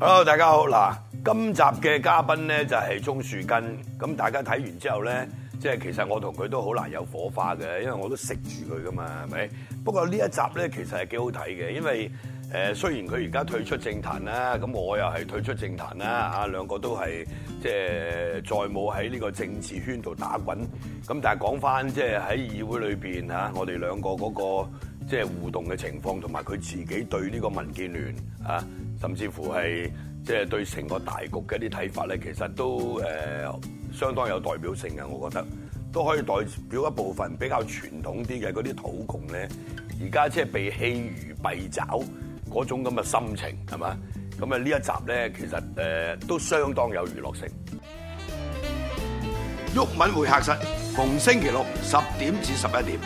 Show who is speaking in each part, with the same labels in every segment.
Speaker 1: Hello，大家好。嗱，今集嘅嘉賓咧就係鍾樹根。咁大家睇完之後咧，即係其實我同佢都好難有火花嘅，因為我都食住佢噶嘛，係咪？不過呢一集咧其實係幾好睇嘅，因為誒雖然佢而家退出政壇啦，咁我又係退出政壇啦，啊兩個都係即係再冇喺呢個政治圈度打滾。咁但係講翻即係喺議會裏邊嚇，我哋兩個嗰個即係互動嘅情況，同埋佢自己對呢個民建聯啊，甚至乎係即係對成個大局嘅一啲睇法咧，其實都誒、呃相當有代表性嘅，我覺得都可以代表一部分比較傳統啲嘅嗰啲土共咧，而家即係被棄如敝屣嗰種咁嘅心情係嘛？咁啊呢一集咧，其實誒、呃都相當有娛樂性。毓民會客室，逢星期六十點至十一點。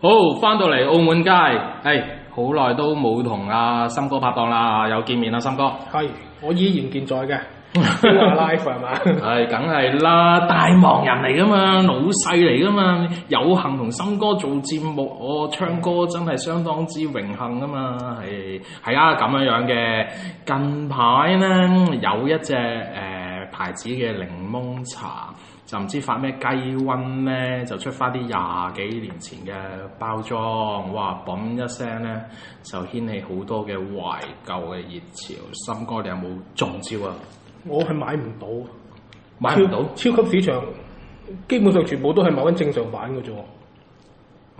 Speaker 2: 好，翻到嚟澳門街，誒，好耐都冇同阿森哥拍檔啦，又見面啦，森哥。
Speaker 3: 係，我依然健在 嘅。話 live 係嘛？
Speaker 2: 係，梗係啦，大忙人嚟噶嘛，老細嚟噶嘛，有幸同森哥做節目，我唱歌真係相當之榮幸啊嘛，係係啊咁樣樣嘅。近排呢，有一隻誒、呃牌子嘅檸檬茶，就唔知發咩雞瘟呢，就出翻啲廿幾年前嘅包裝，哇！嘣一聲呢，就掀起好多嘅懷舊嘅熱潮。森哥，你有冇中招啊？
Speaker 3: 我係買唔到，
Speaker 2: 買唔到。
Speaker 3: 超超級市場基本上全部都係買緊正常版嘅啫喎。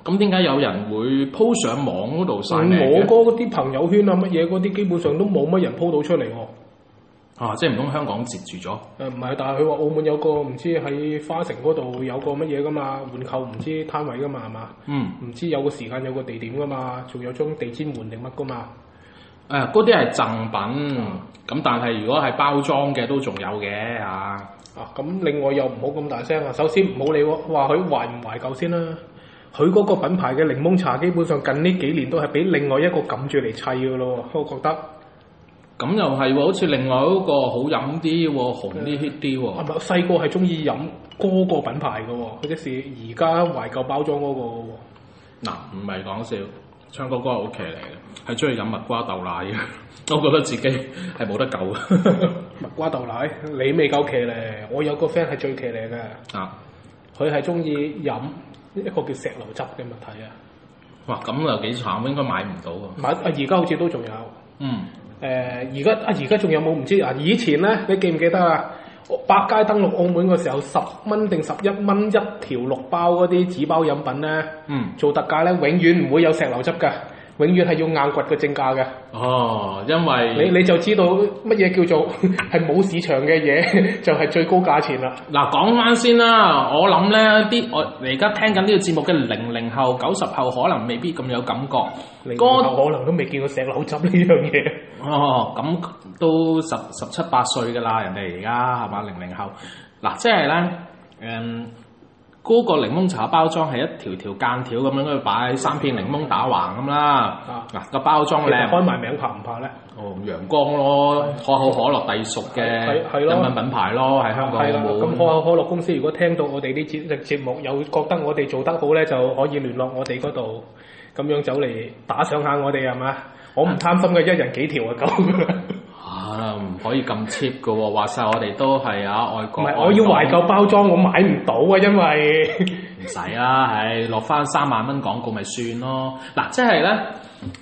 Speaker 2: 咁點解有人會 po 上網嗰度晒命
Speaker 3: 我
Speaker 2: 嘅？
Speaker 3: 嗰啲朋友圈啊乜嘢嗰啲，基本上都冇乜人 po 到出嚟喎。
Speaker 2: 啊，即係唔通香港截住咗？
Speaker 3: 誒唔係，啊但係佢話澳門有個唔知喺花城嗰度有個乜嘢噶嘛，換購唔知攤位噶嘛係嘛？
Speaker 2: 嗯，
Speaker 3: 唔知有個時間有個地點噶嘛，仲有張地氈換定乜噶嘛？
Speaker 2: 誒嗰啲係贈品，咁但係如果係包裝嘅都仲有嘅嚇。
Speaker 3: 啊，咁另外又唔好咁大聲啊！首先唔好理喎話佢懷唔懷舊先啦。佢嗰個品牌嘅檸檬茶，基本上近呢幾年都係俾另外一個撳住嚟砌嘅咯喎，我覺得。
Speaker 2: 咁又係喎，好似另外嗰個好飲啲喎，紅啲 hit 啲
Speaker 3: 啊，唔
Speaker 2: 喎。
Speaker 3: 係細個係中意飲嗰個品牌嘅喎，佢即是而家懷舊包裝嗰個嘅喎。
Speaker 2: 嗱，唔係講笑，昌哥哥係屋企嚟嘅，係中意飲蜜瓜豆奶嘅。 我覺得自己係冇得救
Speaker 3: 蜜瓜豆奶，你未夠騎呢？我有個 friend 係最騎呢嘅，
Speaker 2: 啊！
Speaker 3: 佢係中意飲一個叫石榴汁嘅物體啊。
Speaker 2: 哇，咁又幾慘，應該買唔到啊。
Speaker 3: 買啊，而家好似都仲有。
Speaker 2: 嗯，
Speaker 3: 誒而家啊，而家仲有冇唔知啊？以前咧，你記唔記得啊？百佳登陸澳門嘅時候，十蚊定十一蚊一條六包嗰啲紙包飲品咧，
Speaker 2: 嗯。
Speaker 3: 做特價咧，永遠唔會有石榴汁㗎，永遠係要硬掘嘅正價嘅。
Speaker 2: 哦，因為
Speaker 3: 你你就知道乜嘢叫做 係冇市場嘅嘢， 就係最高價錢啦。
Speaker 2: 嗱，講翻先啦，我諗呢啲我而家聽緊呢個節目嘅零零後、九十後可能未必咁有感覺。
Speaker 3: 你以
Speaker 2: 嗰
Speaker 3: 後可能都未見過石榴汁呢樣嘢。
Speaker 2: 哦，咁都十十七八歲㗎啦，人哋而家係嘛零零後。嗱，即係呢，誒、嗰、個檸檬茶包裝係一條條間條咁樣，跟住擺三片檸檬打橫咁啦
Speaker 3: 啊。
Speaker 2: 嗱、個包裝
Speaker 3: 你
Speaker 2: 靚，
Speaker 3: 開埋名怕唔怕咧？
Speaker 2: 哦陽光咯，可口可樂隸屬嘅
Speaker 3: 係係咯
Speaker 2: 飲品品牌咯，喺香港
Speaker 3: 係啦，
Speaker 2: 澳
Speaker 3: 咁
Speaker 2: 門
Speaker 3: 可口可樂公司如果聽到我哋呢節節目，有覺得我哋做得好咧，就可以聯絡我哋嗰度，咁樣走嚟打賞下我哋係嘛？我唔貪心嘅，一人幾條就 夠㗎啦。
Speaker 2: 啊，唔可以咁 cheap 嘅喎，話晒我哋都係啊，愛
Speaker 3: 唔
Speaker 2: 國。
Speaker 3: 係，我要懷
Speaker 2: 愛
Speaker 3: 舊包裝，我買唔到啊，因為
Speaker 2: 港，唔使啦，唉，落翻三萬蚊廣告咪算咯。嗱，即係咧，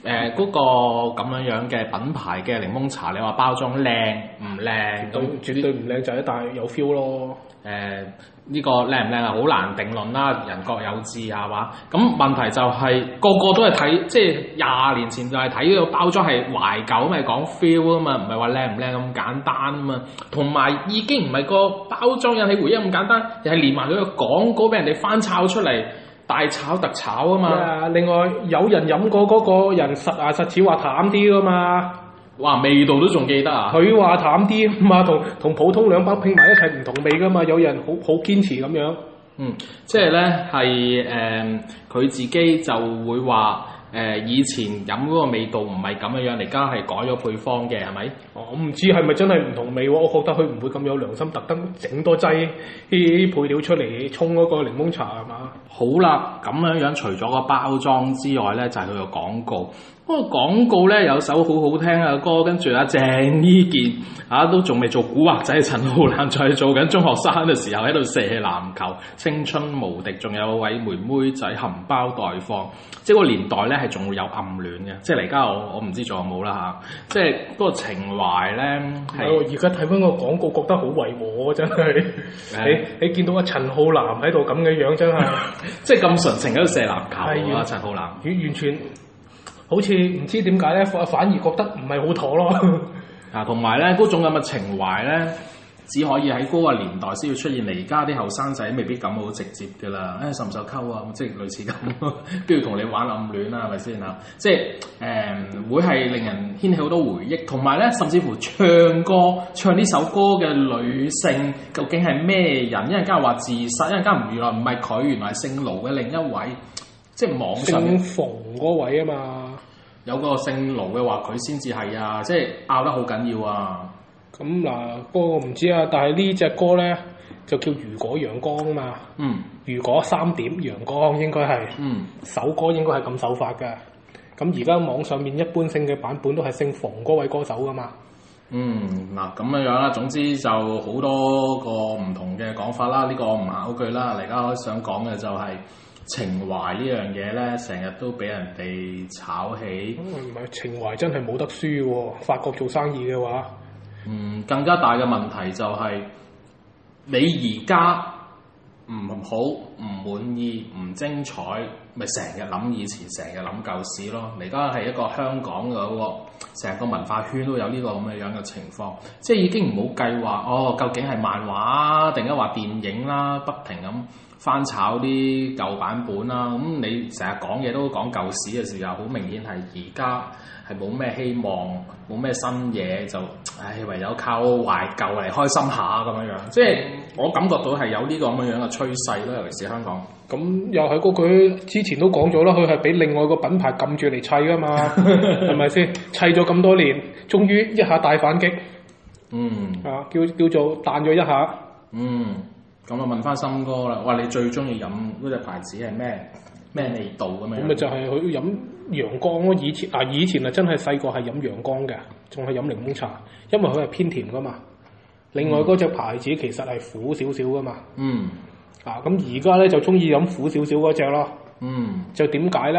Speaker 2: 誒、嗰、個咁樣樣嘅品牌嘅檸檬茶，你話包裝靚唔靚
Speaker 3: 對
Speaker 2: 咁？
Speaker 3: 絕對唔靚仔，但係有 feel 咯。
Speaker 2: 誒呃呢個靚唔靚啊，好難定論啦，人各有志啊係嘛？咁問題就係、個個都係睇，即係廿年前就係睇呢個包裝係懷舊，咪講 feel 啊嘛，唔係話靚唔靚咁簡單啊嘛。同埋已經唔係個包裝引起回憶咁簡單，又係連埋佢個廣告俾人哋翻炒出嚟，大炒特炒啊嘛。
Speaker 3: 啊，另外有人飲過嗰個人實牙實齒話淡啲㗎嘛，
Speaker 2: 哇，味道都仲記得啊！
Speaker 3: 佢話淡啲啊嘛，同同普通兩包拼埋一齊唔同味㗎嘛，有人好好堅持咁樣。
Speaker 2: 嗯，即係咧係誒，佢、自己就會話誒、以前飲嗰個味道唔係咁樣樣，而家係改咗配方嘅，係咪？
Speaker 3: 我哦唔知係咪真係唔同味喎，我覺得佢唔會咁有良心，特登整多劑啲配料出嚟沖嗰個檸檬茶係嘛？
Speaker 2: 好啦，咁樣樣除咗個包裝之外咧，就係佢個廣告。嗰個廣告咧有首好好聽嘅歌，跟住阿鄭伊健啊都仲未做古惑仔，陳浩南就係做緊中學生嘅時候喺度射籃球，青春無敵。仲有位妹妹仔含苞待放，即係個年代咧係仲會有暗戀嘅，即係嚟家我我唔知仲有冇啦吓，即係嗰個情懷咧
Speaker 3: 係
Speaker 2: 係
Speaker 3: 喎，而家睇翻個廣告覺得好違和喎真係
Speaker 2: 係。
Speaker 3: 你你見到阿陳浩南喺度咁嘅樣， 真係
Speaker 2: 即係咁純情喺度射籃
Speaker 3: 係
Speaker 2: 球啊，
Speaker 3: 啊
Speaker 2: 陳浩南。
Speaker 3: 完完全好似唔知點解咧，反反而覺得唔係好妥 咯。
Speaker 2: 啊，同埋咧嗰種咁嘅情懷咧，只可以喺嗰個年代先要出現嚟。而家啲後生仔未必咁好直接㗎啦，誒、受唔受溝啊？即係類似咁， 都要同你玩暗戀啦，係咪先啊？即係誒、會係令人掀起好多回憶，同埋咧，甚至乎唱歌唱呢首歌嘅女性究竟係咩人？一陣間話自殺，一陣間唔原來唔係佢，原來係姓盧嘅另一位，即係網上面
Speaker 3: 姓馮嗰位啊嘛，
Speaker 2: 有個姓盧嘅話，佢先至係啊，即係拗得好緊要啊！
Speaker 3: 咁嗱，不過我唔知啊，但係呢只歌咧就叫如果陽光啊嘛，
Speaker 2: 嗯
Speaker 3: 如果三點陽光應該係。
Speaker 2: 嗯。
Speaker 3: 首歌應該係咁手法㗎。咁而家網上面一般性嘅版本都係姓馮嗰位歌手㗎嘛。
Speaker 2: 嗯，嗱咁樣樣啦，總之就好多個唔同嘅講法啦，呢、個我唔考據啦。而家我想講嘅就係情懷呢樣嘢咧，成日都俾人哋炒起
Speaker 3: 咁。唔係情懷真係冇得輸喎、法國做生意嘅話，
Speaker 2: 嗯，更加大嘅問題就係、你而家唔好、唔滿意、唔精彩，咪成日諗以前，成日諗舊事咯。而家係一個香港嘅嗰個成個文化圈都有呢個咁嘅樣嘅情況，即係已經唔好計話哦，究竟係漫畫定係話電影啦，不停咁翻炒啲舊版本啦。咁、你成日講嘢都講舊史嘅時候，好明顯係而家係冇咩希望，冇咩新嘢，就唉唯有靠懷舊嚟開心下咁樣樣。即係我感覺到係有呢個咁樣樣嘅趨勢啦，尤其是香港。
Speaker 3: 咁又係嗰句之前都講咗啦，佢係俾另外個品牌撳住嚟砌㗎嘛，係咪先？砌咗咁多年，終於一下大反擊
Speaker 2: 嗯
Speaker 3: 啊，叫叫做彈咗一下。
Speaker 2: 嗯，咁我問翻森哥啦，哇！你最中意飲嗰隻牌子係咩咩味道咁樣
Speaker 3: 咁
Speaker 2: 樣？
Speaker 3: 咪就係佢飲陽光咯。以前啊，以前啊真係細個係飲陽光嘅，仲係飲檸檬茶，因為佢係偏甜噶嘛。另外嗰只牌子其實係苦少少噶嘛。
Speaker 2: 嗯
Speaker 3: 啊，咁而家咧就中意飲苦少少嗰只咯。
Speaker 2: 嗯
Speaker 3: 就點解咧？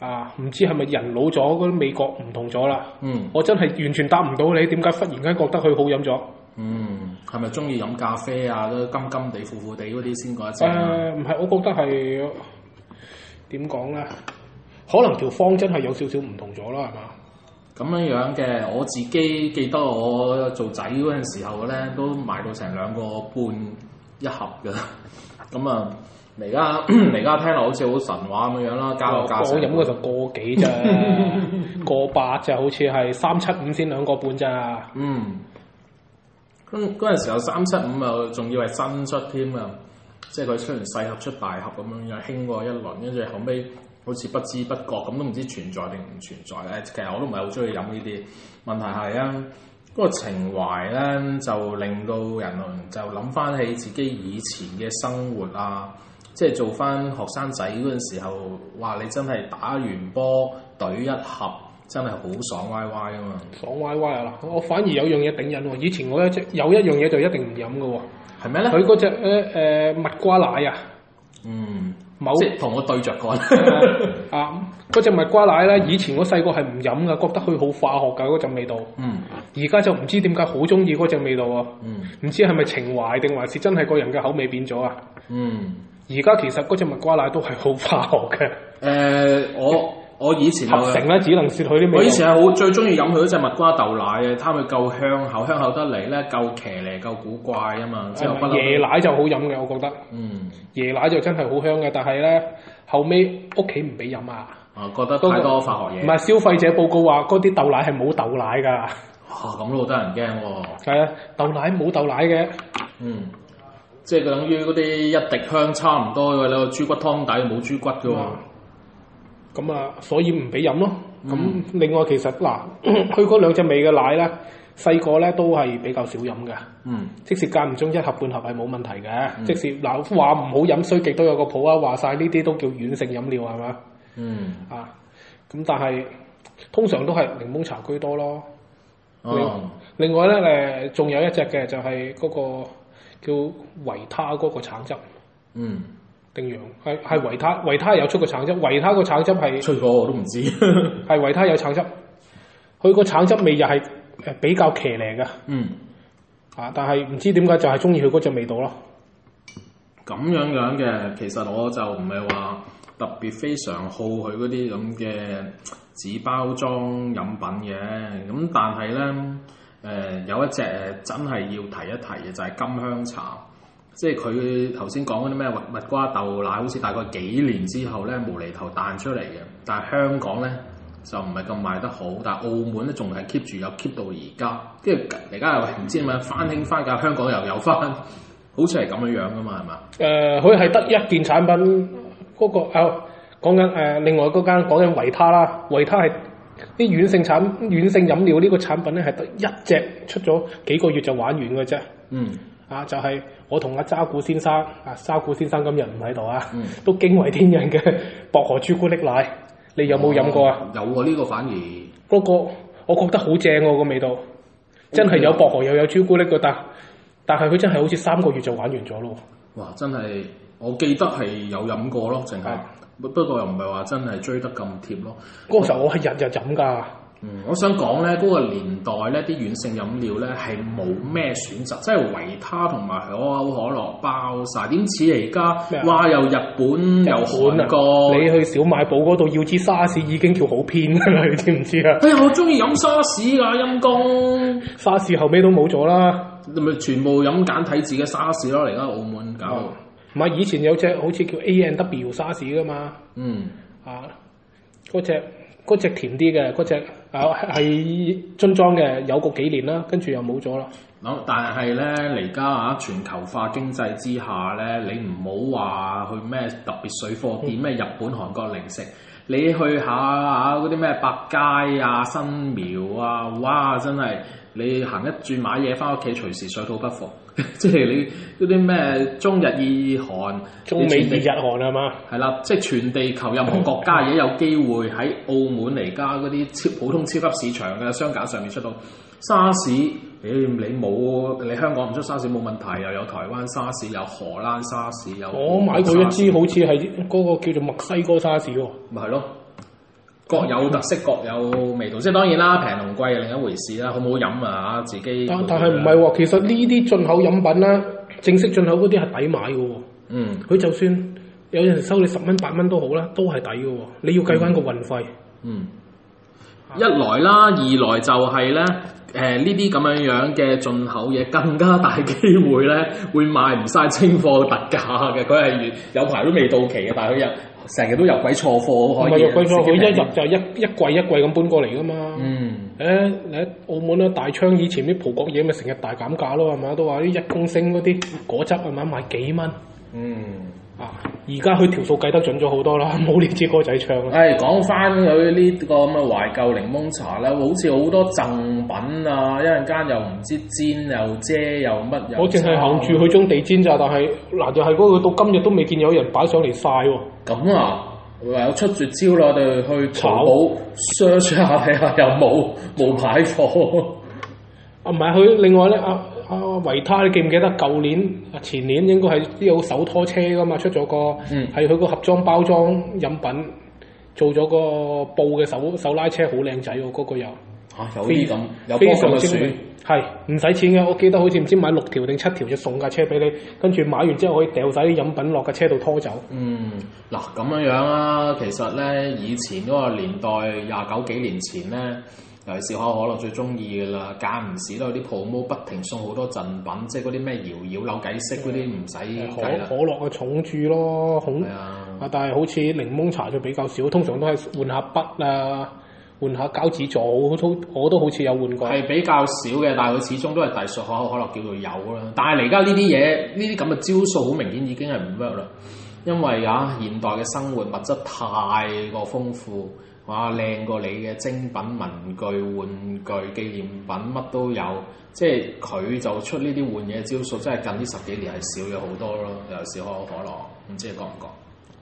Speaker 3: 啊，唔知係咪人老咗嗰啲味覺唔同咗啦？
Speaker 2: 嗯
Speaker 3: 我真係完全答唔到你，點解忽然間覺得佢好飲咗？
Speaker 2: 嗯，係咪中意飲咖啡啊？都金金地、苦苦地嗰啲先覺得
Speaker 3: 誒
Speaker 2: 正啊？
Speaker 3: 唔係，我覺得係點講咧？可能條方真係有少少唔同咗啦，係嘛？
Speaker 2: 咁樣樣嘅，我自己記得我做仔嗰陣時候咧，都買到成兩個半一盒㗎。咁啊，而家而家聽落好似好神話咁樣樣啦，加落加
Speaker 3: 我飲嗰就個幾 咋，個八咋，好似係三七五先兩個半咋。
Speaker 2: 嗯，咁嗰陣時候三七五啊，仲要係新出添啊，即係佢出完細盒出大盒咁樣樣，興過一輪，跟住後尾好似不知不覺咁，都唔知存在定唔存在誒，其實我都唔係好中意飲呢啲，問題係啊。嗰個情懷咧，就令到人就諗翻起自己以前嘅生活啊，即係做翻學生仔嗰陣時候，哇！你真係打完波懟一盒，真係好爽歪歪啊嘛！
Speaker 3: 爽歪歪啊！我反而有樣嘢頂癮喎，以前我一隻有一樣嘢就一定唔飲嘅喎，
Speaker 2: 係咩咧？
Speaker 3: 佢嗰隻誒誒蜜瓜奶啊，
Speaker 2: 嗯，
Speaker 3: 某
Speaker 2: 即係同我對着幹。
Speaker 3: 啊嗰隻蜜瓜奶咧，以前我細個係唔飲嘅，覺得佢好化學㗎嗰陣味道，
Speaker 2: 嗯
Speaker 3: 而家就唔知點解好中意嗰隻味道喎，
Speaker 2: 嗯
Speaker 3: 唔知係咪情懷定還是真係個人嘅口味變咗啊？
Speaker 2: 嗯，
Speaker 3: 而家其實嗰隻蜜瓜奶都係好化學嘅，
Speaker 2: 誒、我我以前啊
Speaker 3: 合成啦，只能説佢啲味道。
Speaker 2: 我以前係好最中意飲佢嗰只蜜瓜豆奶嘅，貪佢夠香口，香口得嚟咧夠騎呢夠古怪啊嘛，之後不
Speaker 3: 嗯椰
Speaker 2: 嬲都。
Speaker 3: 奶就好飲嘅，我覺得
Speaker 2: 嗯，
Speaker 3: 椰奶就真係好香嘅，但係咧後尾屋企唔俾飲啊，
Speaker 2: 我覺得太多化學
Speaker 3: 唔
Speaker 2: 嘢，
Speaker 3: 係消費者報告話嗰啲豆奶係冇豆奶㗎，
Speaker 2: 哇咁都好得人驚喎。
Speaker 3: 係啊，豆奶冇豆奶嘅，
Speaker 2: 嗯，即係等於嗰啲一滴香差唔多嘅啦，豬骨湯底冇豬骨嘅喎。
Speaker 3: 啊咁啊，所以唔俾飲咯。咁、
Speaker 2: 嗯
Speaker 3: 另外其實嗱， 佢嗰兩隻味嘅奶咧，細個咧都係比較少飲嘅。
Speaker 2: 嗯，
Speaker 3: 即使間唔中一盒半盒係冇問題嘅，即使嗱話唔好飲衰極都有個譜啊，話晒呢啲都叫軟性飲料係嘛
Speaker 2: 嗯，
Speaker 3: 啊？咁但係通常都係檸檬茶居多咯。
Speaker 2: 哦，
Speaker 3: 另外咧誒，仲有一隻嘅就係嗰個叫維他嗰個橙汁
Speaker 2: 嗯，
Speaker 3: 定羊係係維他維他有出過橙汁，維他個橙汁 係
Speaker 2: 吹過我都唔知。
Speaker 3: 係維他有橙汁，佢個橙汁味又係誒比較騎呢嘅
Speaker 2: 嗯，
Speaker 3: 啊，但係唔知點解就係中意佢嗰隻味道咯。
Speaker 2: 咁樣樣嘅，其實我就唔係話特別非常好佢嗰啲咁嘅紙包裝飲品嘅，咁但係呢，誒、有一隻真係要提一提嘅就係、金香茶，即係佢頭先講嗰啲咩蜜蜜瓜豆奶，好似大概幾年之後呢，無厘頭彈出嚟嘅，但係香港呢，就唔係咁賣得好，但係澳門呢，仲係 keep 住有 keep 到而家，跟住而家又唔知點解翻興翻架，香港又有翻，好似係咁樣樣噶嘛，係嘛？
Speaker 3: 誒，呃佢係得一件產品嗰、個啊，講緊誒，另外嗰間講緊維他啦，維他係啲軟性產軟性飲料呢個產品咧係得一隻出咗幾個月就玩完嘅啫。
Speaker 2: 嗯
Speaker 3: 啊，就係、我同阿渣古先生啊，渣古先生今日唔喺度啊，
Speaker 2: 嗯
Speaker 3: 都驚為天人嘅薄荷朱古力奶，你有冇飲過啊？？
Speaker 2: 哦有喎，呢個反而
Speaker 3: 嗰、個我覺得好正喎、個味道，真係有薄荷又有朱古力嘅，但但係佢真係好似三個月就玩完咗咯喎。
Speaker 2: 哇，真係我記得係有飲過咯，淨係
Speaker 3: 啊
Speaker 2: 不不過又唔係話真係追得咁貼咯。
Speaker 3: 嗰時候我係日日飲㗎，
Speaker 2: 嗯，我想講咧，嗰、個年代咧，啲軟性飲料咧係冇咩選擇，即係維他同埋可口可樂包晒。點似而
Speaker 3: 咩
Speaker 2: 家
Speaker 3: 啊
Speaker 2: 哇，又日本又
Speaker 3: 日
Speaker 2: 韓
Speaker 3: 本啊
Speaker 2: 國。
Speaker 3: 你去小賣部嗰度要支沙士已經叫好偏㗎啦，你知唔知 啊？
Speaker 2: 哎呀，我中意飲沙士㗎，陰公，
Speaker 3: 沙士後尾都冇咗啦。
Speaker 2: 咪全部飲簡體字嘅沙士咯，而家澳門搞
Speaker 3: 哦
Speaker 2: 到，
Speaker 3: 唔係以前有隻好似叫 A N W 沙士㗎嘛，
Speaker 2: 嗯，
Speaker 3: 啊，嗰只嗰只甜啲嘅，嗰只啊係樽裝嘅，有過幾年啦，跟住又冇咗啦。
Speaker 2: 嗱，但係咧，而家啊，全球化經濟之下咧，你唔好話去咩特別水貨
Speaker 3: 嗯
Speaker 2: 店，咩日本、韓國零食，你去下啊嗰啲咩百佳啊、新苗啊，哇！真係你行一轉買嘢翻屋企，隨時水土不服。 即係你嗰啲咩中日意韓、
Speaker 3: 中美二日韓係嘛？
Speaker 2: 係啦，即係全地球任何國家嘢有機會喺澳門嚟家嗰啲超普通超級市場嘅商架上面出到沙士，你你冇你香港唔出沙士冇問題，又有台灣沙士，有荷蘭沙士，有
Speaker 3: 我哦買過一支，好似係嗰個叫做墨西哥沙士喎。
Speaker 2: 咪係咯，各有特色，各有味道。即係當然啦，平同貴係另一回事啦，好唔好飲啊？自己
Speaker 3: 但但係唔係喎？其實呢啲進口飲品咧，正式進口嗰啲係抵買嘅喎。
Speaker 2: 嗯
Speaker 3: 佢就算有陣時收你十蚊八蚊都好啦，都係抵嘅喎。你要計翻個運費。
Speaker 2: 嗯。一來啦，二來就係咧，誒呢啲咁樣樣嘅進口嘢更加大機會咧， 會賣唔晒清貨特價嘅。佢係有排都未到期嘅，但係佢又成日都有鬼錯
Speaker 3: 唔
Speaker 2: 貨可
Speaker 3: 係
Speaker 2: 以。啊
Speaker 3: 又貴咗，佢一入就係一一季一季咁搬過嚟噶嘛。
Speaker 2: 嗯
Speaker 3: 誒，你喺澳門咧，大昌以前啲葡國嘢咪成日大減價咯，係嘛？都話啲一公升嗰啲果汁係咪賣幾蚊
Speaker 2: 嗯。
Speaker 3: 啊？而家佢條數計得準咗好多啦， 冇呢支歌仔唱啊啦。
Speaker 2: 誒講翻佢呢個咁嘅懷舊檸檬茶咧，好似好多贈品啊！一陣間又唔知煎又遮又乜又。
Speaker 3: 我淨係行住佢張地氈咋，但係嗱就係嗰個到今日都未見有人擺上嚟晒喎。
Speaker 2: 咁啊，唯有出絕招啦！我哋去淘寶 search 下睇下有冇冇牌 貨。
Speaker 3: 啊，唔係佢另外咧，阿、啊、阿、維他，你記唔記得舊年啊前年應該係有手拖車噶嘛，出咗個
Speaker 2: 嗯
Speaker 3: 係佢個盒裝包裝飲品，做咗個布嘅手手拉車，好靚仔喎，嗰、個又
Speaker 2: 嚇、啊有啲咁有
Speaker 3: 非
Speaker 2: 波咁
Speaker 3: 常
Speaker 2: 嘅
Speaker 3: 精
Speaker 2: 選
Speaker 3: 美，係唔使錢嘅。我記得好似唔知買六條定七條就送架車俾你，跟住買完之後可以掉晒啲飲品落架車度拖走。
Speaker 2: 嗯，嗱咁樣樣啦，其實咧以前嗰個年代廿九幾年前咧，尤其是可口可樂最中意嘅啦，間唔時都有啲 promo 不停送好多贈品，即係嗰啲咩搖搖扭計式嗰啲唔使
Speaker 3: 可
Speaker 2: 計嗯啦
Speaker 3: 可，樂嘅重注咯，恐
Speaker 2: 係啊，
Speaker 3: 啊，但係好似檸檬茶就比較少，通常都係換下筆啊，換下膠紙組，我都我都好似有換過。
Speaker 2: 係比較少嘅，但係佢始終都係隸屬可口可樂叫做有啦。但係而家呢啲嘢，呢啲咁嘅招數好明顯已經係唔 work 啦。因為啊現代嘅生活物質太過豐富，哇靚過你嘅精品文具、玩具、紀念品乜都有，即係佢就出呢啲換嘢招數，真係近呢十幾年係少咗好多咯，尤其是可口可樂，唔知你覺唔覺？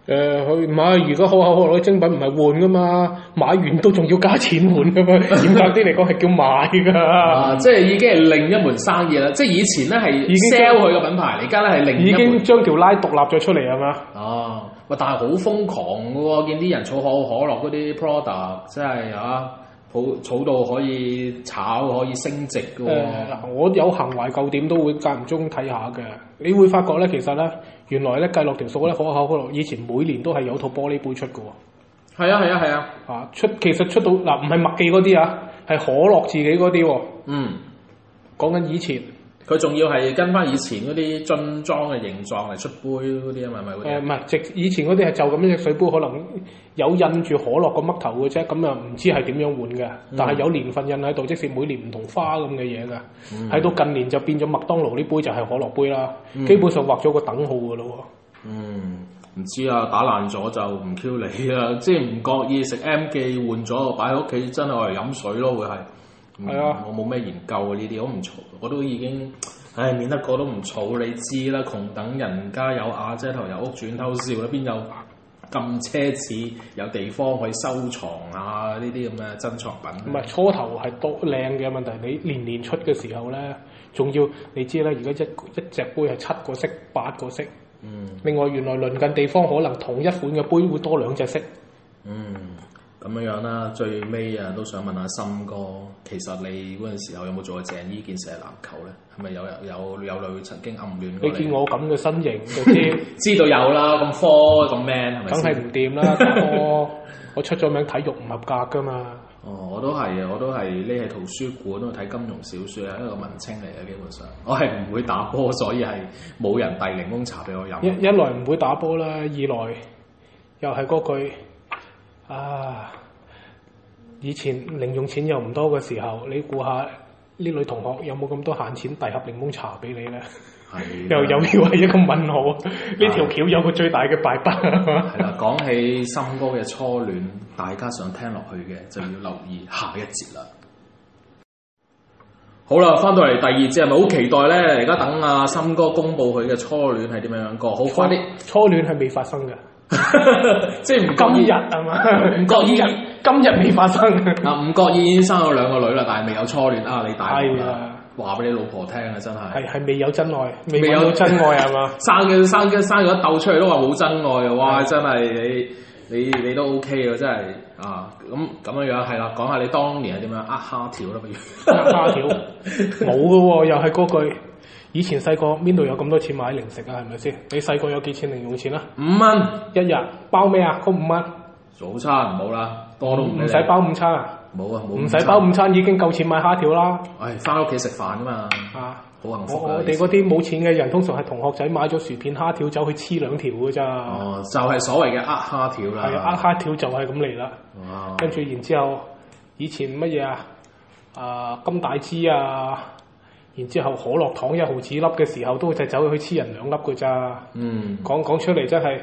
Speaker 3: 誒佢唔係，如果可口啊可樂啲精品唔係換噶嘛，買完都仲要加錢換噶 嘛，嚴格啲嚟講係叫買噶，
Speaker 2: 啊，即係已經係另一門生意啦！即係以前咧係
Speaker 3: 已經
Speaker 2: sell 佢個品牌，而家咧係另
Speaker 3: 已
Speaker 2: 一門
Speaker 3: 經。將條拉獨立咗出嚟係嘛？
Speaker 2: 哦，喂，但係好瘋狂嘅喎，見啲人儲可口可樂嗰啲 product，真係啊，儲儲到可以炒，可以升值嘅
Speaker 3: 誒、
Speaker 2: 喎。
Speaker 3: 嗱我有行懷舊點都會間唔中睇下嘅，你會發覺咧，其實咧，原來咧計落條數咧，可口可樂以前每年都係有套玻璃杯出嘅喎，
Speaker 2: 係啊，係啊，係啊，
Speaker 3: 啊出其實出到嗱唔係麥記嗰啲啊，係可樂自己嗰啲喎，
Speaker 2: 嗯，
Speaker 3: 講緊以前
Speaker 2: 佢仲要係跟翻以前嗰啲樽裝嘅形狀嚟出杯嗰啲啊嘛，係咪嗰啲
Speaker 3: 誒
Speaker 2: 啊？
Speaker 3: 唔係直以前嗰啲係就咁一隻水杯，可能有印住可樂個嘜頭嘅啫，咁啊唔知係點樣換嘅，但係有年份印喺度，即是每年唔同花咁嘅嘢㗎。喺、到近年就變咗麥當勞呢杯就係可樂杯啦，基本上畫咗個等號㗎咯
Speaker 2: 嗯，唔知啊，打爛咗就唔 Q 你啦， 即係唔覺意食 M 記換咗，擺喺屋企真係我嚟飲水咯，會係。嗯
Speaker 3: 係啊
Speaker 2: 我冇咩研究啊呢啲，我唔儲，我都已經，唉，免得過都唔儲，你知啦，窮等人家有瓦遮頭，有屋轉偷笑啦，邊有咁奢侈，有地方可以收藏啊呢啲咁嘅珍藏品。
Speaker 3: 喎。唔
Speaker 2: 啊
Speaker 3: 係啊初頭係多靚嘅問題，你年年出嘅時候咧，仲要你知啦，而家一一隻杯係七個色、八個色。
Speaker 2: 嗯
Speaker 3: 另外，原來鄰近地方可能同一款嘅杯會多兩隻色。
Speaker 2: 嗯，咁樣樣啦，最尾啊都想問下森哥，其實你嗰陣時候有冇做過鄭伊健射籃球咧？係咪有有有女曾經暗戀過
Speaker 3: 你
Speaker 2: 你？
Speaker 3: 見我咁嘅身形就 知。
Speaker 2: 知道有啦，咁科咁 man 係咪
Speaker 3: 梗
Speaker 2: 先
Speaker 3: 係唔掂啦，大哥！我出咗名體育唔合格噶嘛，
Speaker 2: 哦，我都係啊，我都係匿喺圖書館度睇金融小説啊，一個文青嚟嘅基本上，我係唔會打波，所以係冇人遞檸檬茶俾我飲。
Speaker 3: 一一來唔會打波啦，二來又係嗰句啊，以前零用錢又唔多嘅時候，你估下呢女同學有冇咁多閒錢遞盒檸檬茶俾你咧？
Speaker 2: 係
Speaker 3: 又有要係一個問號，呢條橋有個最大嘅敗筆。
Speaker 2: 係啦，講起森哥嘅初戀，大家想聽落去嘅就要留意下一節啦。好啦，翻到嚟第二節係啊咪好期待咧？而家等阿森哥公布佢嘅初戀係點樣樣個，好快啲，
Speaker 3: 初戀係未發生嘅，
Speaker 2: 即係唔覺
Speaker 3: 今
Speaker 2: 意
Speaker 3: 日係嘛？
Speaker 2: 唔覺意
Speaker 3: 今日今日未發生，
Speaker 2: 啊，唔覺意已經生咗兩個女啦，但係未有初戀啊！你大鑊
Speaker 3: 係
Speaker 2: 啦
Speaker 3: 啊，
Speaker 2: 話俾你老婆聽啊，真係
Speaker 3: 係係未有真愛，未
Speaker 2: 未有
Speaker 3: 有 真愛係嘛？
Speaker 2: 生嘅生嘅生咗一竇出嚟都話冇真愛啊！哇，真係你你你都 OK 啊，真係啊！咁咁樣樣係啦，講下你當年係點樣呃蝦條啦，不如
Speaker 3: 呃蝦 條冇噶喎，又係嗰句。以前細個邊度有咁多錢買零食啊？係咪先？你細個有幾錢零用錢啊？
Speaker 2: 五蚊
Speaker 3: 一日包咩啊？嗰五蚊
Speaker 2: 早餐唔好啦，多都唔俾
Speaker 3: 唔
Speaker 2: 你
Speaker 3: 使包午餐啊？
Speaker 2: 冇啊冇
Speaker 3: 唔使包，午餐已經夠錢買蝦條啦！
Speaker 2: 唉，翻屋企食飯啊嘛，
Speaker 3: 啊！
Speaker 2: 好幸
Speaker 3: 我
Speaker 2: 福啊！
Speaker 3: 我哋嗰啲冇錢嘅人，通常係同學仔買咗薯片蝦條走去黐兩條噶咋。
Speaker 2: 哦，就係所謂嘅呃蝦條
Speaker 3: 係啊，呃
Speaker 2: 啦，
Speaker 3: 蝦條就係咁嚟啦。
Speaker 2: 哇
Speaker 3: 跟住然之後，以前乜嘢啊？啊金大枝啊，然之後可樂糖一毫子粒嘅時候，都就走去黐人兩粒噶咋。
Speaker 2: 嗯。
Speaker 3: 講講出嚟真係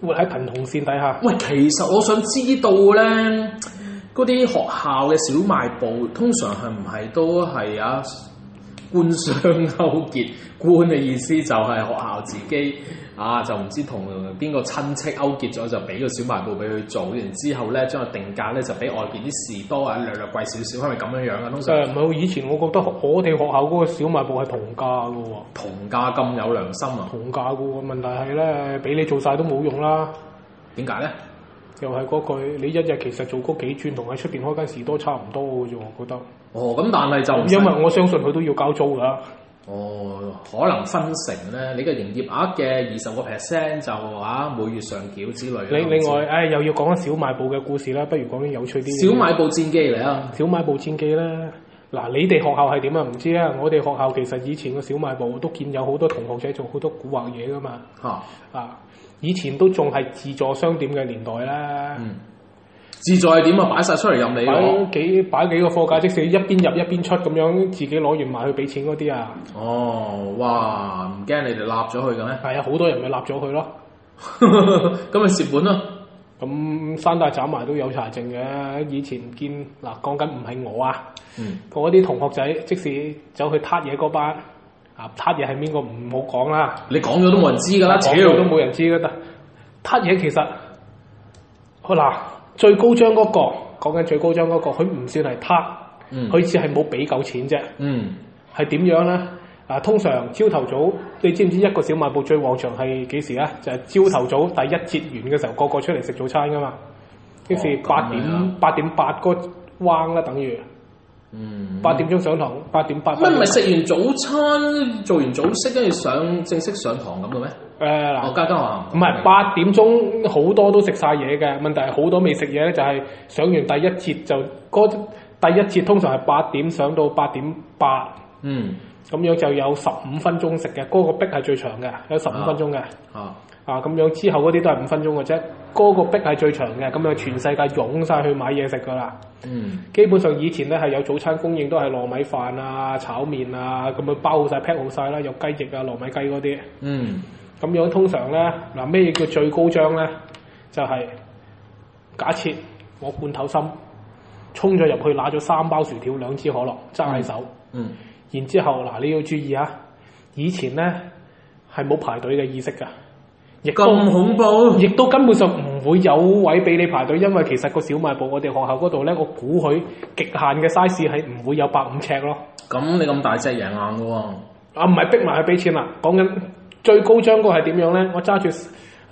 Speaker 3: 活喺貧窮線底下。
Speaker 2: 喂，其實我想知道咧，嗰啲學校嘅小賣部通常係唔係都係啊官商勾結？官嘅意思就係學校自己啊，就唔知同邊個親戚勾結咗，就俾個小賣部俾佢做，然之後咧將個定價咧就比外邊啲士多啊略略貴少少，係咪咁樣樣啊？通常
Speaker 3: 誒唔係喎，以前我覺得我哋學校嗰個小賣部係同價嘅喎，
Speaker 2: 同價咁有良心啊？
Speaker 3: 同價嘅喎。問題係咧，俾你做晒都冇用啦。
Speaker 2: 點解咧？
Speaker 3: 又係嗰句，你一日其實做嗰幾轉，同喺出邊開間士多差唔多嘅啫，我覺得。
Speaker 2: 哦，咁但係就唔使
Speaker 3: 因為我相信佢都要交租㗎。
Speaker 2: 哦，可能分成咧，你嘅營業額嘅二十個 percent 就話每月上繳之類啦。
Speaker 3: 另另外，誒、又要講小賣部嘅故事啦，不如講啲有趣啲嘅。
Speaker 2: 小賣部戰機嚟啊！
Speaker 3: 小賣部戰機啦。嗱，你哋學校係點啊？唔知啊。我哋學校其實以前個小賣部都見有好多同學仔做好多古惑嘢噶嘛。啊
Speaker 2: 嚇，
Speaker 3: 啊，以前都仲係自助商店嘅年代啦。
Speaker 2: 嗯，自在係點啊？擺晒出嚟任你攞。
Speaker 3: 擺幾擺幾個貨架，即使一邊入一邊出咁樣，自己攞完埋去俾錢嗰啲啊，
Speaker 2: 哦，哇！唔驚你哋立咗佢嘅咩？
Speaker 3: 係啊，好多人咪立咗佢咯。
Speaker 2: 咁咪蝕本咯。
Speaker 3: 咁山大斬埋都有查證嘅，以前見嗱講緊唔係我啊，
Speaker 2: 嗯，
Speaker 3: 我啲同學仔即使走去撻嘢嗰班啊，撻嘢係邊個唔好講啦，
Speaker 2: 你講咗都冇人知㗎啦，
Speaker 3: 啊講
Speaker 2: 屌！
Speaker 3: 咗都冇人知嘅，但撻嘢其實好嗱最高張嗰、個講緊最高張嗰、個，佢唔算係撻，
Speaker 2: 嗯
Speaker 3: 佢只係冇俾夠錢啫。
Speaker 2: 嗯，
Speaker 3: 係點樣咧？啊，通常朝頭早，你知唔知一個小賣部最旺場係幾時啊？就係朝頭早第一節完嘅時候，個個出嚟食早餐噶嘛。於是
Speaker 2: 哦咁
Speaker 3: 八
Speaker 2: 樣
Speaker 3: 點八點八個彎啦，等於
Speaker 2: 嗯，
Speaker 3: 八點鐘上堂，八點八。
Speaker 2: 乜唔係食完早餐，做完早息，跟住上正式上堂咁嘅咩？
Speaker 3: 誒
Speaker 2: 我
Speaker 3: 嗱，
Speaker 2: 家家話
Speaker 3: 啊唔係八點鐘好多都食晒嘢嘅，問題係好多未食嘢咧，就係上完第一節就嗰第一節通常係八點上到八點八，
Speaker 2: 嗯
Speaker 3: 咁樣就有十五分鐘食嘅，嗰、個逼係最長嘅，有十五分鐘嘅。
Speaker 2: 啊
Speaker 3: 啊，咁樣之後嗰啲都係五分鐘嘅啫，嗰、個逼係最長嘅，咁樣全世界湧晒去買嘢食噶啦。
Speaker 2: 嗯
Speaker 3: 基本上以前咧係有早餐供應，都係糯米飯啊、炒麵啊，咁樣包好晒、pack 好晒啦，有雞翼啊、糯米雞嗰啲。
Speaker 2: 嗯
Speaker 3: 咁樣通常咧，嗱咩叫最高張咧？就係、假設我罐頭心衝咗入去，拿咗三包薯條、兩支可樂，揸喺手，
Speaker 2: 嗯
Speaker 3: 然之後嗱你要注意啊，以前咧係冇排隊嘅意識㗎，亦都
Speaker 2: 咁恐怖
Speaker 3: 亦都根本上唔會有位俾你排隊，因為其實個小賣部我哋學校嗰度咧，我估佢極限嘅 size 係唔會有百五尺咯。
Speaker 2: 咁你咁大隻贏硬嘅喎，
Speaker 3: 啊，唔係逼埋去俾錢啦，講緊最高張嗰個係點樣咧？我揸住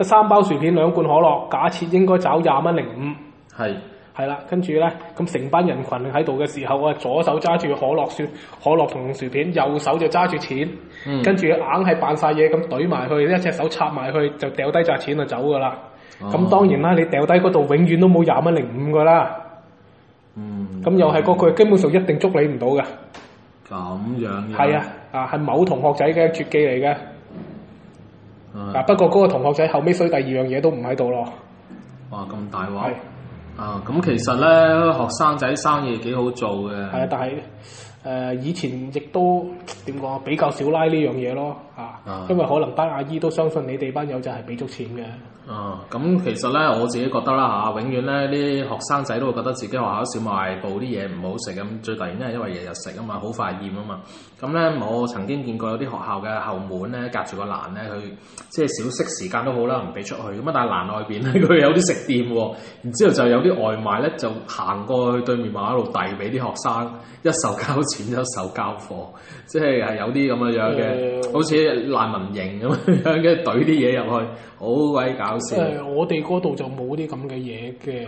Speaker 3: 三包薯片、兩罐可樂，假設應該找廿蚊零五，
Speaker 2: 係
Speaker 3: 係啦，跟住咧咁成班人群喺度嘅時候，我左手揸住可樂雪、可樂同薯片，右手就揸住錢，
Speaker 2: 嗯
Speaker 3: 跟住硬係扮晒嘢咁懟埋去，一隻手插埋去就掉低扎錢就走噶啦。咁、
Speaker 2: 哦
Speaker 3: 當然啦，你掉低嗰度永遠都冇廿蚊零五噶啦。
Speaker 2: 嗯嗯
Speaker 3: 咁又係嗰句，基本上一定捉你唔到嘅。
Speaker 2: 咁樣嘅
Speaker 3: 係啊，啊係某同學仔嘅絕技嚟嘅。
Speaker 2: 啊
Speaker 3: 嗱，啊不過嗰個同學仔後尾衰第二樣嘢都唔喺度咯，
Speaker 2: 哇咁大
Speaker 3: 係
Speaker 2: 鑊啊！咁其實咧，學生仔生意幾好做
Speaker 3: 係啊
Speaker 2: 嘅，，
Speaker 3: 但係誒、呃以前亦都點講啊比較少拉呢樣嘢咯嚇，
Speaker 2: 啊
Speaker 3: 因為可能班阿姨都相信你哋班友仔係俾足錢嘅，
Speaker 2: 啊咁其實咧，我自己覺得啦啊嚇，永遠咧啲學生仔都會覺得自己學校小賣部啲嘢唔好食咁，最突然因為因為日日食啊嘛，好快厭啊嘛。咁咧，我曾經見過有啲學校嘅後門咧，隔住個欄咧，佢即係小息時間都好啦，唔俾出去咁啊。但係欄外邊咧，佢有啲食店喎，然之後就有啲外賣咧，就行過去對面馬路遞俾啲學生，一手交錢一手交貨，即係係有啲咁嘅樣嘅，
Speaker 3: 誒
Speaker 2: 好似難民營咁樣，跟住懟啲嘢入去，好鬼搞
Speaker 3: 即
Speaker 2: 笑。
Speaker 3: 係我哋嗰度就冇啲咁嘅嘢嘅。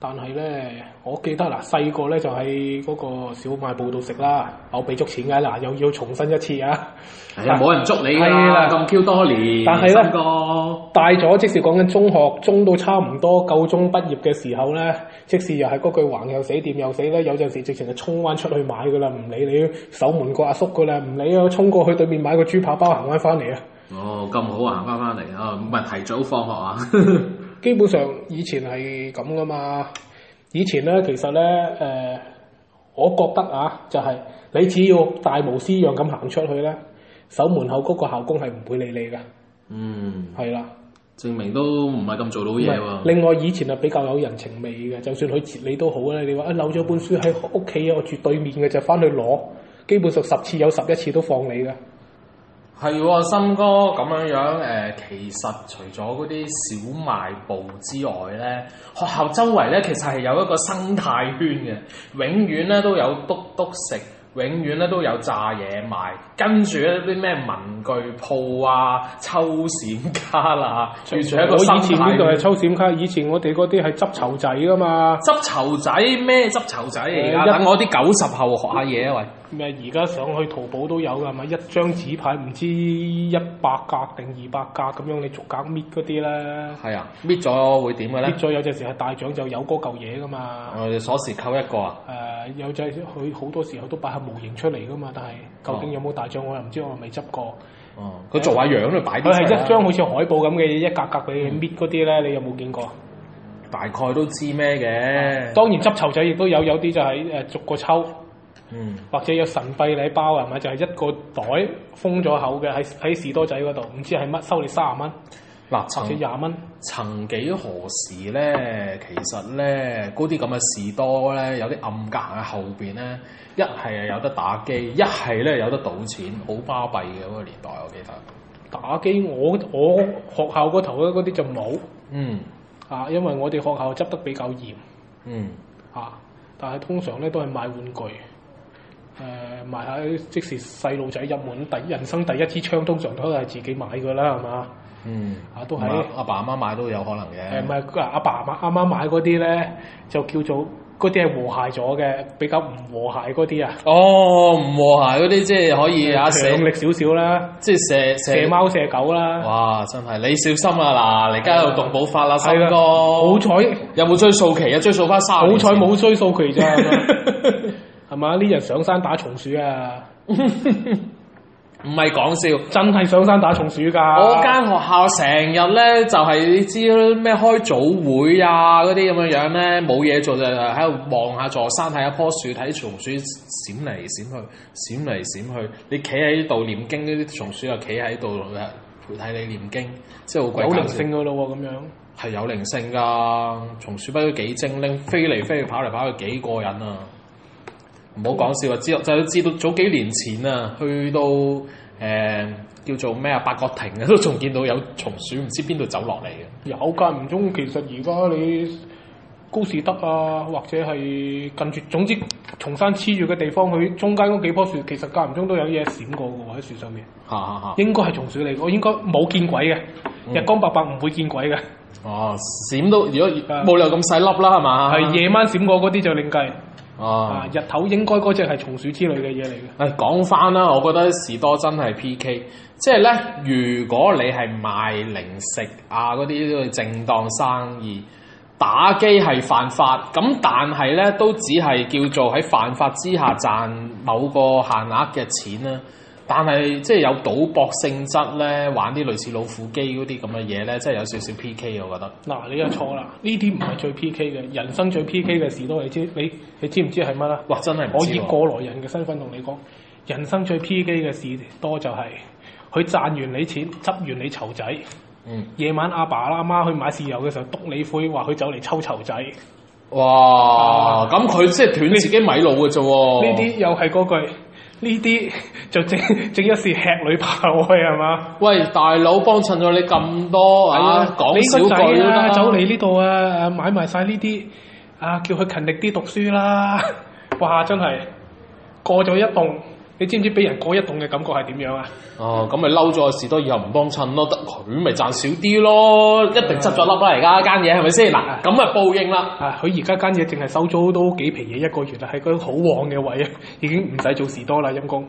Speaker 3: 但係咧，我記得嗱，細個咧就喺嗰個小賣部度食啦，我俾足錢嘅嗱，又要重申一次啊！
Speaker 2: 係啊，冇人捉你㗎
Speaker 3: 係
Speaker 2: 啦，
Speaker 3: 啦
Speaker 2: 咁 Q 多年，
Speaker 3: 但係呢
Speaker 2: 新哥
Speaker 3: 大咗，即使講緊中學，中到差唔多夠鐘畢業嘅時候咧，即使又係嗰句橫又死，掂又死咧，有陣時直情係衝灣出去買噶啦，唔理你守門個阿叔噶啦，唔理啊，衝過去對面買個豬扒包行翻翻嚟啊！
Speaker 2: 哦咁好啊，行翻翻嚟啊，唔係提早放學啊，
Speaker 3: 基本上以前係咁噶嘛，以前咧其實咧誒、呃我覺得啊，就係、你只要大無私樣咁行出去咧，守門口嗰個校工係唔會理你噶，
Speaker 2: 嗯。
Speaker 3: 係啦。
Speaker 2: 證明都唔係咁做到
Speaker 3: 唔
Speaker 2: 嘢
Speaker 3: 係
Speaker 2: 喎。
Speaker 3: 另外以前啊比較有人情味嘅，就算佢截你都好啦。你話啊漏咗本書喺屋企啊，我住對面嘅就翻去攞，基本上十次有十一次都放你嘅。
Speaker 2: 係喎，森哥咁樣樣誒、其實除咗嗰啲小賣部之外咧，學校周圍咧其實係有一個生態圈嘅，永遠咧都有篤篤食，永遠咧都有炸嘢賣，跟住咧啲咩文具鋪啊、抽閃卡啦，住住一個
Speaker 3: 我
Speaker 2: 生
Speaker 3: 以前呢
Speaker 2: 態
Speaker 3: 度係
Speaker 2: 圈。
Speaker 3: 抽閃卡，以前我哋嗰啲係執籌仔噶嘛。
Speaker 2: 執籌仔咩執籌仔而家？
Speaker 3: 誒一
Speaker 2: 等我啲九十後學下嘢啊！喂，
Speaker 3: 咩而家上去淘寶都有噶，係咪一張紙牌唔知一百格定二百格咁樣，你逐格搣嗰啲咧，
Speaker 2: 係啊，搣咗會點嘅咧
Speaker 3: 搣？咗有陣時係大獎就有嗰嚿嘢噶嘛。
Speaker 2: 我哋鎖匙扣一個啊！
Speaker 3: 誒、有隻佢好多時候都擺下模型出嚟噶嘛，但係究竟有冇大獎我又唔知，我又未執過。
Speaker 2: 哦，佢做下樣都擺
Speaker 3: 佢
Speaker 2: 啲出
Speaker 3: 係
Speaker 2: 嚟啦
Speaker 3: 一張好似海報咁嘅嘢，一格格俾你搣嗰啲咧，你有冇見過？
Speaker 2: 大概都知咩嘅。
Speaker 3: 當然執籌仔亦都有，有啲就係、誒、逐個抽，
Speaker 2: 嗯，
Speaker 3: 或者有神秘禮包係咪？就係、一個袋封咗口嘅，喺喺士多仔嗰度，唔知係乜收你三十蚊
Speaker 2: 嗱，
Speaker 3: 或
Speaker 2: 曾
Speaker 3: 者廿蚊。
Speaker 2: 曾幾何時咧，其實咧嗰啲咁嘅士多咧，有啲暗格喺後邊咧，一係有得打機，一係咧有得賭錢，好巴閉嘅嗰個年代，我記得。
Speaker 3: 打機我我學校嗰頭嗰啲就冇
Speaker 2: 嗯
Speaker 3: 啊，因為我哋學校執得比較嚴
Speaker 2: 嗯，
Speaker 3: 啊，但係通常咧都係賣玩具，誒、賣下即使細路仔入門第人生第一支槍，通常都係自己買㗎啦，係嘛？
Speaker 2: 嗯，
Speaker 3: 啊都係
Speaker 2: 係阿爸阿媽買都有可能
Speaker 3: 誒
Speaker 2: 嘅
Speaker 3: 唔。係阿爸阿媽阿媽買嗰啲咧，就叫做嗰啲係和諧咗嘅，比較唔和諧嗰啲啊，
Speaker 2: 哦，唔和諧嗰啲即係可以 啊射，
Speaker 3: 強力少少啦，
Speaker 2: 即係射
Speaker 3: 射。貓射狗啦，
Speaker 2: 哇！真係你小心啊嗱，你而家又動保法啦，森哥。
Speaker 3: 好彩
Speaker 2: 有冇追數期啊？追數翻三
Speaker 3: 好彩冇
Speaker 2: 系
Speaker 3: 衰數佢咋，係嘛？呢人上山打松鼠 啊，
Speaker 2: 唔係講笑。
Speaker 3: 真係上山打松鼠㗎！
Speaker 2: 我間學校成日咧就係、你知咩開早會啊嗰啲咁樣樣咧，冇嘢做就係喺度望下座山，睇一棵樹，睇松鼠閃嚟閃去，閃嚟閃去。你企喺度念經，嗰啲松鼠又企喺度陪睇你念經，即係好鬼
Speaker 3: 有
Speaker 2: 搞
Speaker 3: 靈
Speaker 2: 笑
Speaker 3: 性㗎咯喎，咁樣
Speaker 2: 係有靈性㗎，松鼠不都幾精靈，飛嚟飛去，跑嚟跑去，幾過癮啊！唔好講笑啊！知就知道早幾年前啊，去到誒、呃叫做咩啊八角亭啊，都仲見到有松鼠唔知邊度走落嚟嘅。
Speaker 3: 有間唔中，其實而家你。高士德啊，或者係近住，總之松山黐住嘅地方，佢中間嗰幾棵樹，其實間唔中都有嘢閃過嘅喎喺樹上面。
Speaker 2: 嚇嚇嚇！
Speaker 3: 應該係松鼠嚟，我應該冇見鬼嘅，日光白白唔會見鬼嘅，
Speaker 2: 哦，閃到如果冇理由咁細粒啦，係嘛？
Speaker 3: 係夜晚閃過嗰啲就另計。
Speaker 2: 哦
Speaker 3: 啊，。日頭應該嗰只係松鼠之類嘅嘢嚟嘅。
Speaker 2: 誒講翻啦，我覺得士多真係 P.K.，即係咧，如果你係賣零食啊嗰啲都係正當生意，打機係犯法，咁但係咧都只係叫做喺犯法之下賺某個限額嘅錢啦。但係即係有賭博性質咧，玩啲類似老虎機嗰啲咁嘅嘢咧，即係有少少 P.K. 我覺得。
Speaker 3: 嗱，你又錯啦，呢啲唔係最 P K 嘅，人生最 P K 嘅事都係知你你知唔知係乜啦？
Speaker 2: 哇！真係唔
Speaker 3: 我
Speaker 2: 知
Speaker 3: 以
Speaker 2: 喎
Speaker 3: 過來人嘅身份同你講，人生最 P K 嘅事多就係、佢賺完你錢，執完你籌仔，
Speaker 2: 嗯，
Speaker 3: 夜晚阿爸阿媽去買豉油嘅時候，督你灰話佢走嚟抽籌仔，呢
Speaker 2: 哦哇！咁佢即係斷自己米路嘅啫喎。
Speaker 3: 啲又係嗰句，呢啲就正正一時吃裏扒外係嘛？
Speaker 2: 喂，大佬幫襯咗你咁多啊，講
Speaker 3: 你
Speaker 2: 少
Speaker 3: 個仔
Speaker 2: 句都
Speaker 3: 啊，
Speaker 2: 得
Speaker 3: 走嚟呢度啊，買埋晒呢啲啊，叫佢勤力啲讀書啦。 哇，真係過咗一棟，你知唔知俾人過一棟嘅感覺係點樣啊？
Speaker 2: 哦，咁咪嬲咗個士多，以後唔幫襯咯，得佢咪賺少啲咯，一定執咗粒啦，而家間嘢係咪先？嗱，咁咪報應啦。
Speaker 3: 啊，佢而家間嘢淨係收租都幾皮嘢一個月啦，係嗰啲好旺嘅位啊， 已經唔使做士多啦，陰公。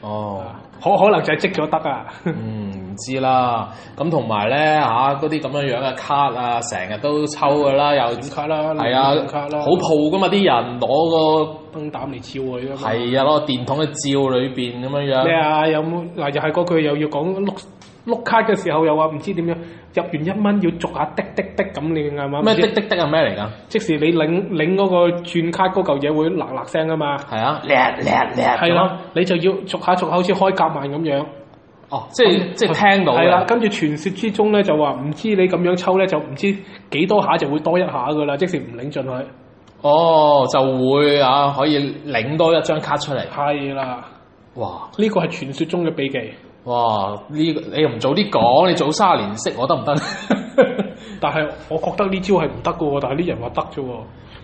Speaker 2: 哦，
Speaker 3: 可可能就係積咗得啊，
Speaker 2: 嗯，唔知啦。咁同埋咧嚇，嗰啲咁樣樣嘅卡啊，成日都抽噶啦，又
Speaker 3: 閃卡啦，
Speaker 2: 係啊
Speaker 3: 閃卡，啦，
Speaker 2: 好蒲噶嘛啲人攞個
Speaker 3: 燈膽嚟照佢啊嘛。
Speaker 2: 係啊攞個電筒去照裏邊咁樣
Speaker 3: 咩
Speaker 2: 樣。
Speaker 3: 啊？有冇嗱？又係嗰句又要講碌碌卡嘅時候又話唔知點樣入完一蚊要逐下滴滴滴咁，你係嘛？
Speaker 2: 咩
Speaker 3: 唔知
Speaker 2: 滴滴滴係咩嚟㗎？
Speaker 3: 即時你領領嗰個轉卡嗰嚿嘢會嗱嗱聲啊嘛，
Speaker 2: 係啊，叻叻叻
Speaker 3: 係咯，你就要逐下逐下好似開夾萬咁樣，
Speaker 2: 哦，即係即係聽到
Speaker 3: 係啦。
Speaker 2: 嘅。
Speaker 3: 跟住傳説之中咧就話唔知你咁樣抽咧就唔知幾多下就會多一下噶啦，即時唔領進去，
Speaker 2: 哦，就會啊，可以領多一張卡出嚟。
Speaker 3: 係啦。
Speaker 2: 哇
Speaker 3: 呢個係傳説中嘅秘技，
Speaker 2: 哇！呢、個你又唔早啲講，你早三十年識我得 唔得？
Speaker 3: 但係我覺得呢招係唔得嘅喎，但係啲人話得啫喎，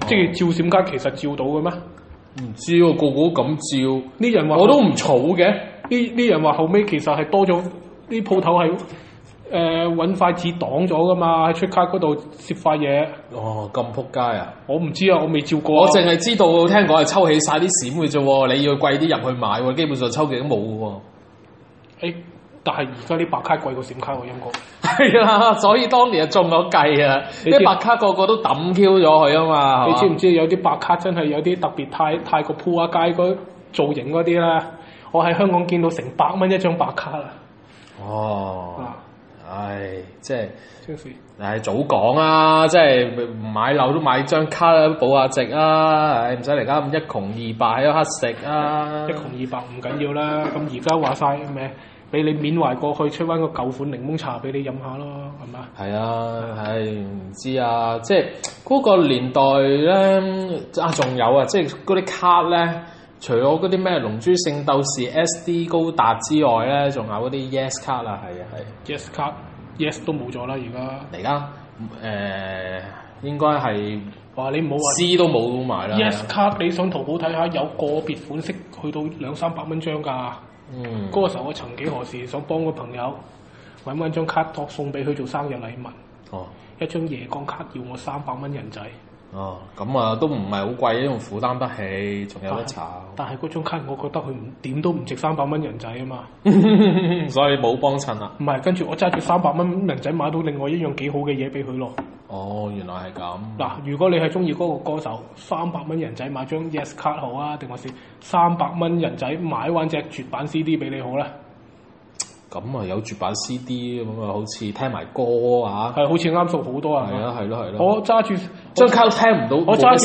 Speaker 3: 即係照閃卡其實照到嘅咩？
Speaker 2: 唔知喎，個個都咁照，
Speaker 3: 呢人話
Speaker 2: 我都唔儲嘅。
Speaker 3: 呢呢人話後尾其實係多咗啲鋪頭係誒揾筷子擋咗噶嘛，喺出卡嗰度攝塊嘢。
Speaker 2: 哦，咁撲街啊！
Speaker 3: 我唔知啊，我未照過啊。
Speaker 2: 我淨係知道聽講係抽起晒啲閃嘅啫喎，你要貴啲入去買喎，基本上抽極都冇嘅 喎。
Speaker 3: 誒，但係而家啲白卡貴過閃卡喎，陰公。
Speaker 2: 係啦，所以當年就中咗計啊！
Speaker 3: 你知
Speaker 2: 啲白卡個個都抌 Q 咗佢啊嘛，
Speaker 3: 你知
Speaker 2: 係
Speaker 3: 唔
Speaker 2: 嘛
Speaker 3: 知有啲白卡真係有啲特別太太過鋪啊街嗰造型嗰啲啦？我喺香港見到成百蚊一張白卡啦。
Speaker 2: 哦，
Speaker 3: 啊，
Speaker 2: 唉、唉，即係。
Speaker 3: 超市
Speaker 2: 唉，早講啊！即係唔買樓都買張卡啦，保下值啊！唉，唔使嚟家咁一窮二白喺度乞食啊！
Speaker 3: 一窮二白唔緊要啦，咁而家話晒咩？俾你緬懷過去，出翻個舊款檸檬茶俾你飲下咯，係嘛？
Speaker 2: 係啊，唉，唔知啊，即係嗰個年代咧，啊，仲有啊，即係嗰啲卡咧，除咗嗰啲咩龍珠聖鬥士 SD 高達之外咧，仲有嗰啲 Yes 卡啊，係啊，係啊。
Speaker 3: Yes 卡 Yes 都冇咗啦，而家
Speaker 2: 嚟家誒應該係
Speaker 3: 哇！你唔好話
Speaker 2: C 都冇埋啦。
Speaker 3: 啊 Yes 卡，你上淘寶睇下，有個別款式去到兩三百蚊張㗎。
Speaker 2: 嗯，
Speaker 3: 嗰個時候我曾幾何時想幫個朋友揾揾張卡托送俾佢做生日禮物，
Speaker 2: 哦。
Speaker 3: 一張夜光卡要我三百蚊人仔，
Speaker 2: 哦，咁啊都唔係好貴，因為負擔得起，仲有得 炒，
Speaker 3: 但係嗰張卡我覺得佢唔點都唔值三百蚊人仔啊嘛。
Speaker 2: 所以冇幫襯啦。
Speaker 3: 唔係，跟住我揸住三百蚊人仔買到另外一樣幾好嘅嘢俾佢咯。
Speaker 2: 哦，原來係咁。
Speaker 3: 嗱，如果你係中意嗰個歌手，三百蚊人仔買張 Yes 卡好啊，定還是三百蚊人仔買翻隻絕版 CD 俾你好咧？
Speaker 2: 咁啊有絕版 CD 咁啊，好似聽埋歌啊，
Speaker 3: 係好似啱數好多啊！係
Speaker 2: 係
Speaker 3: 咪
Speaker 2: 啊係咯係咯。
Speaker 3: 我揸住
Speaker 2: 張卡聽唔到，
Speaker 3: 我揸住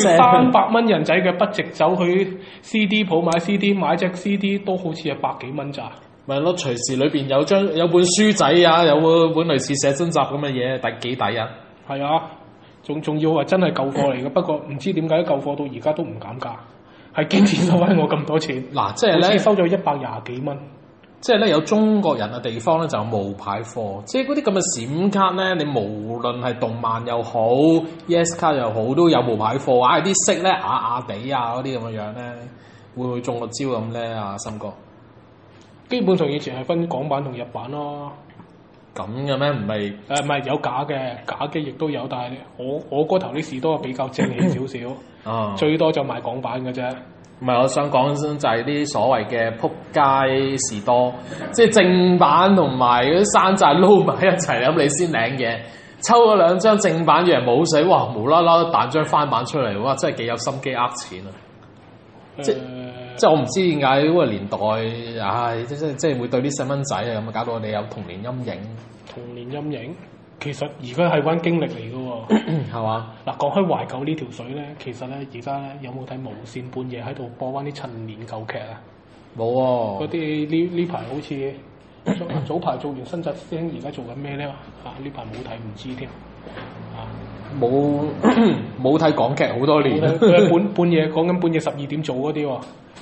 Speaker 2: 百，
Speaker 3: 三百蚊人仔嘅筆值走去 CD 鋪買 CD，買隻 CD 都好似係百幾蚊咋。
Speaker 2: 咪咯，隨時裏邊有張有本書仔啊，有本類似寫真集咁嘅嘢，抵幾抵啊！
Speaker 3: 係啊，仲仲要話真係舊貨嚟嘅，不過唔知點解舊貨到而家都唔減價，係堅持收翻我咁多錢，
Speaker 2: 嗱，即係
Speaker 3: 好
Speaker 2: 咧
Speaker 3: 似。收咗一百廿幾蚊。
Speaker 2: 即係咧有中國人嘅啊地方咧就有冒牌貨，即係嗰啲咁嘅閃卡咧，你無論係動漫又好，Yes 卡又好，都有冒牌貨啊！啲色咧啞啞地啊嗰啲咁嘅樣咧，會唔會中個招咁咧？啊，森哥，
Speaker 3: 基本上以前係分港版同日版咯，
Speaker 2: 咁嘅咩？唔係
Speaker 3: 呃誒唔係有假嘅，假嘅亦都有，但係我我嗰頭啲士多比較正氣少少，
Speaker 2: 啊，
Speaker 3: 最多就賣港版嘅啫。
Speaker 2: 唔係我想講就係啲所謂嘅撲街士多，即係正版同埋嗰啲山寨撈埋一齊咁，你先領嘢。抽咗兩張正版嘅冇水，哇！無啦啦彈張翻版出嚟，哇！真係幾有心機呃錢啊！即
Speaker 3: 誒
Speaker 2: 即係我唔知點解嗰個年代，唉，即即即係會對啲細蚊仔啊咁啊，搞到我哋有童年陰影，
Speaker 3: 童年陰影，其實而家係溫經歷嚟嘅喎。
Speaker 2: 係嘛？
Speaker 3: 嗱，講開懷舊呢條水咧，其實咧而家咧有冇睇無線半夜喺度播翻啲陳年舊劇啊？
Speaker 2: 冇
Speaker 3: 嗰
Speaker 2: 喎，
Speaker 3: 啲呢呢排好似早早排做完新紮師兄，而家做緊咩咧？啊，呢排冇睇唔知添。啊，
Speaker 2: 冇 冇睇港劇好多年
Speaker 3: 佢佢係半半夜講緊半夜十二點做嗰啲喎。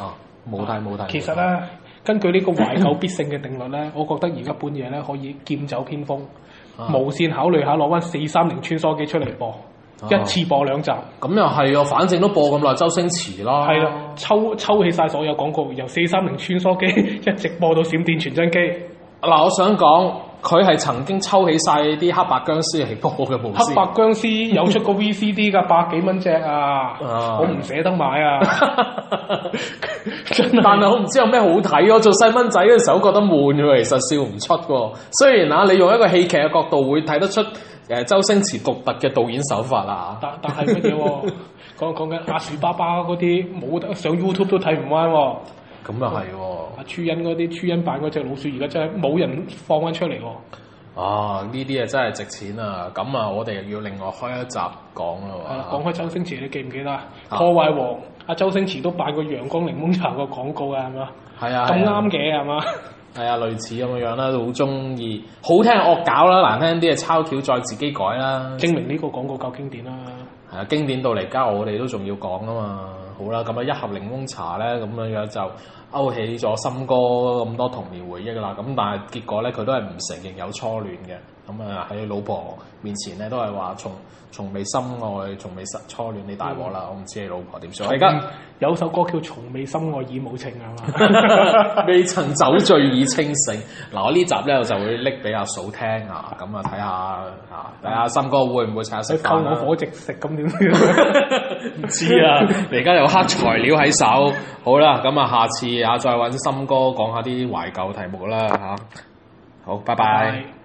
Speaker 2: 啊，冇睇冇睇。
Speaker 3: 其實咧，根據呢個懷舊必勝嘅定律 咧，我覺得而家半夜咧可以劍走偏鋒，
Speaker 2: 啊
Speaker 3: 無線考慮下攞翻四三零穿梭機出嚟播，
Speaker 2: 啊
Speaker 3: 一次播兩集。
Speaker 2: 咁又係啊，反正都播咁耐，周星馳啦，
Speaker 3: 係啦，抽抽起晒所有廣告，由四三零穿梭機 一直播到閃電傳真機，
Speaker 2: 嗱，我想講佢係曾經抽起晒啲黑白僵屍嚟播嘅無
Speaker 3: 黑
Speaker 2: 線。
Speaker 3: 白僵屍 有出個 VCD 㗎，百幾蚊隻啊！
Speaker 2: 啊
Speaker 3: 我唔捨得買啊！ 真
Speaker 2: 但係
Speaker 3: 係
Speaker 2: 我唔知有咩好睇咯。做細蚊仔嘅時候覺得悶喎，其實笑唔出喎。雖然啊，你用一個戲劇嘅角度會睇得出誒、呃周星馳獨特嘅導演手法啊啦。
Speaker 3: 但但係乜嘢喎？講講緊阿樹爸爸嗰啲冇得上 YouTube 都睇唔翻喎，
Speaker 2: 咁又係喎，
Speaker 3: 阿啊朱茵嗰啲朱茵扮嗰只老鼠，而家真係冇人放翻出嚟喎。
Speaker 2: 啊呢啲啊真係值錢啊！咁啊，我哋又要另外開一集講
Speaker 3: 係啦
Speaker 2: 啦，
Speaker 3: 啊講開周星馳，你記唔記得啊？破壞王阿周星馳都扮過陽光檸檬茶個廣告啊，係嘛？
Speaker 2: 喎。係啊，
Speaker 3: 咁
Speaker 2: 係啊
Speaker 3: 啱嘅 係嘛？
Speaker 2: 係啊，類似咁樣樣啦，好中意，好聽係惡搞啦，難聽啲係啊抄橋再自己改啦。
Speaker 3: 證明呢個廣告夠經典啦。
Speaker 2: 係啊，經典到嚟家我哋都仲要講啊嘛。好啦，咁啊一盒檸檬茶咧，咁樣樣就勾起咗森哥咁多童年回憶啦。咁但係結果咧，佢都係唔承認有初戀嘅。咁啊喺老婆面前咧，都係話從從未深愛，從未實初戀，你大鑊
Speaker 3: 嗯
Speaker 2: 啦！我唔知你老婆點想。我而家
Speaker 3: 有首歌叫《從未深愛已無情》係嘛？
Speaker 2: 未曾酒醉已清醒。嗱，我呢集咧我就會拎俾阿嫂聽啊，咁啊睇下啊，睇下森哥會唔會請我食
Speaker 3: 佢
Speaker 2: 飯啊
Speaker 3: 扣
Speaker 2: 啦
Speaker 3: 我伙食食咁點算？
Speaker 2: 唔知 啊，你而家有黑材料喺手，好啦，咁啊，下次啊再揾森哥講下啲懷舊題目啦嚇、好，拜拜。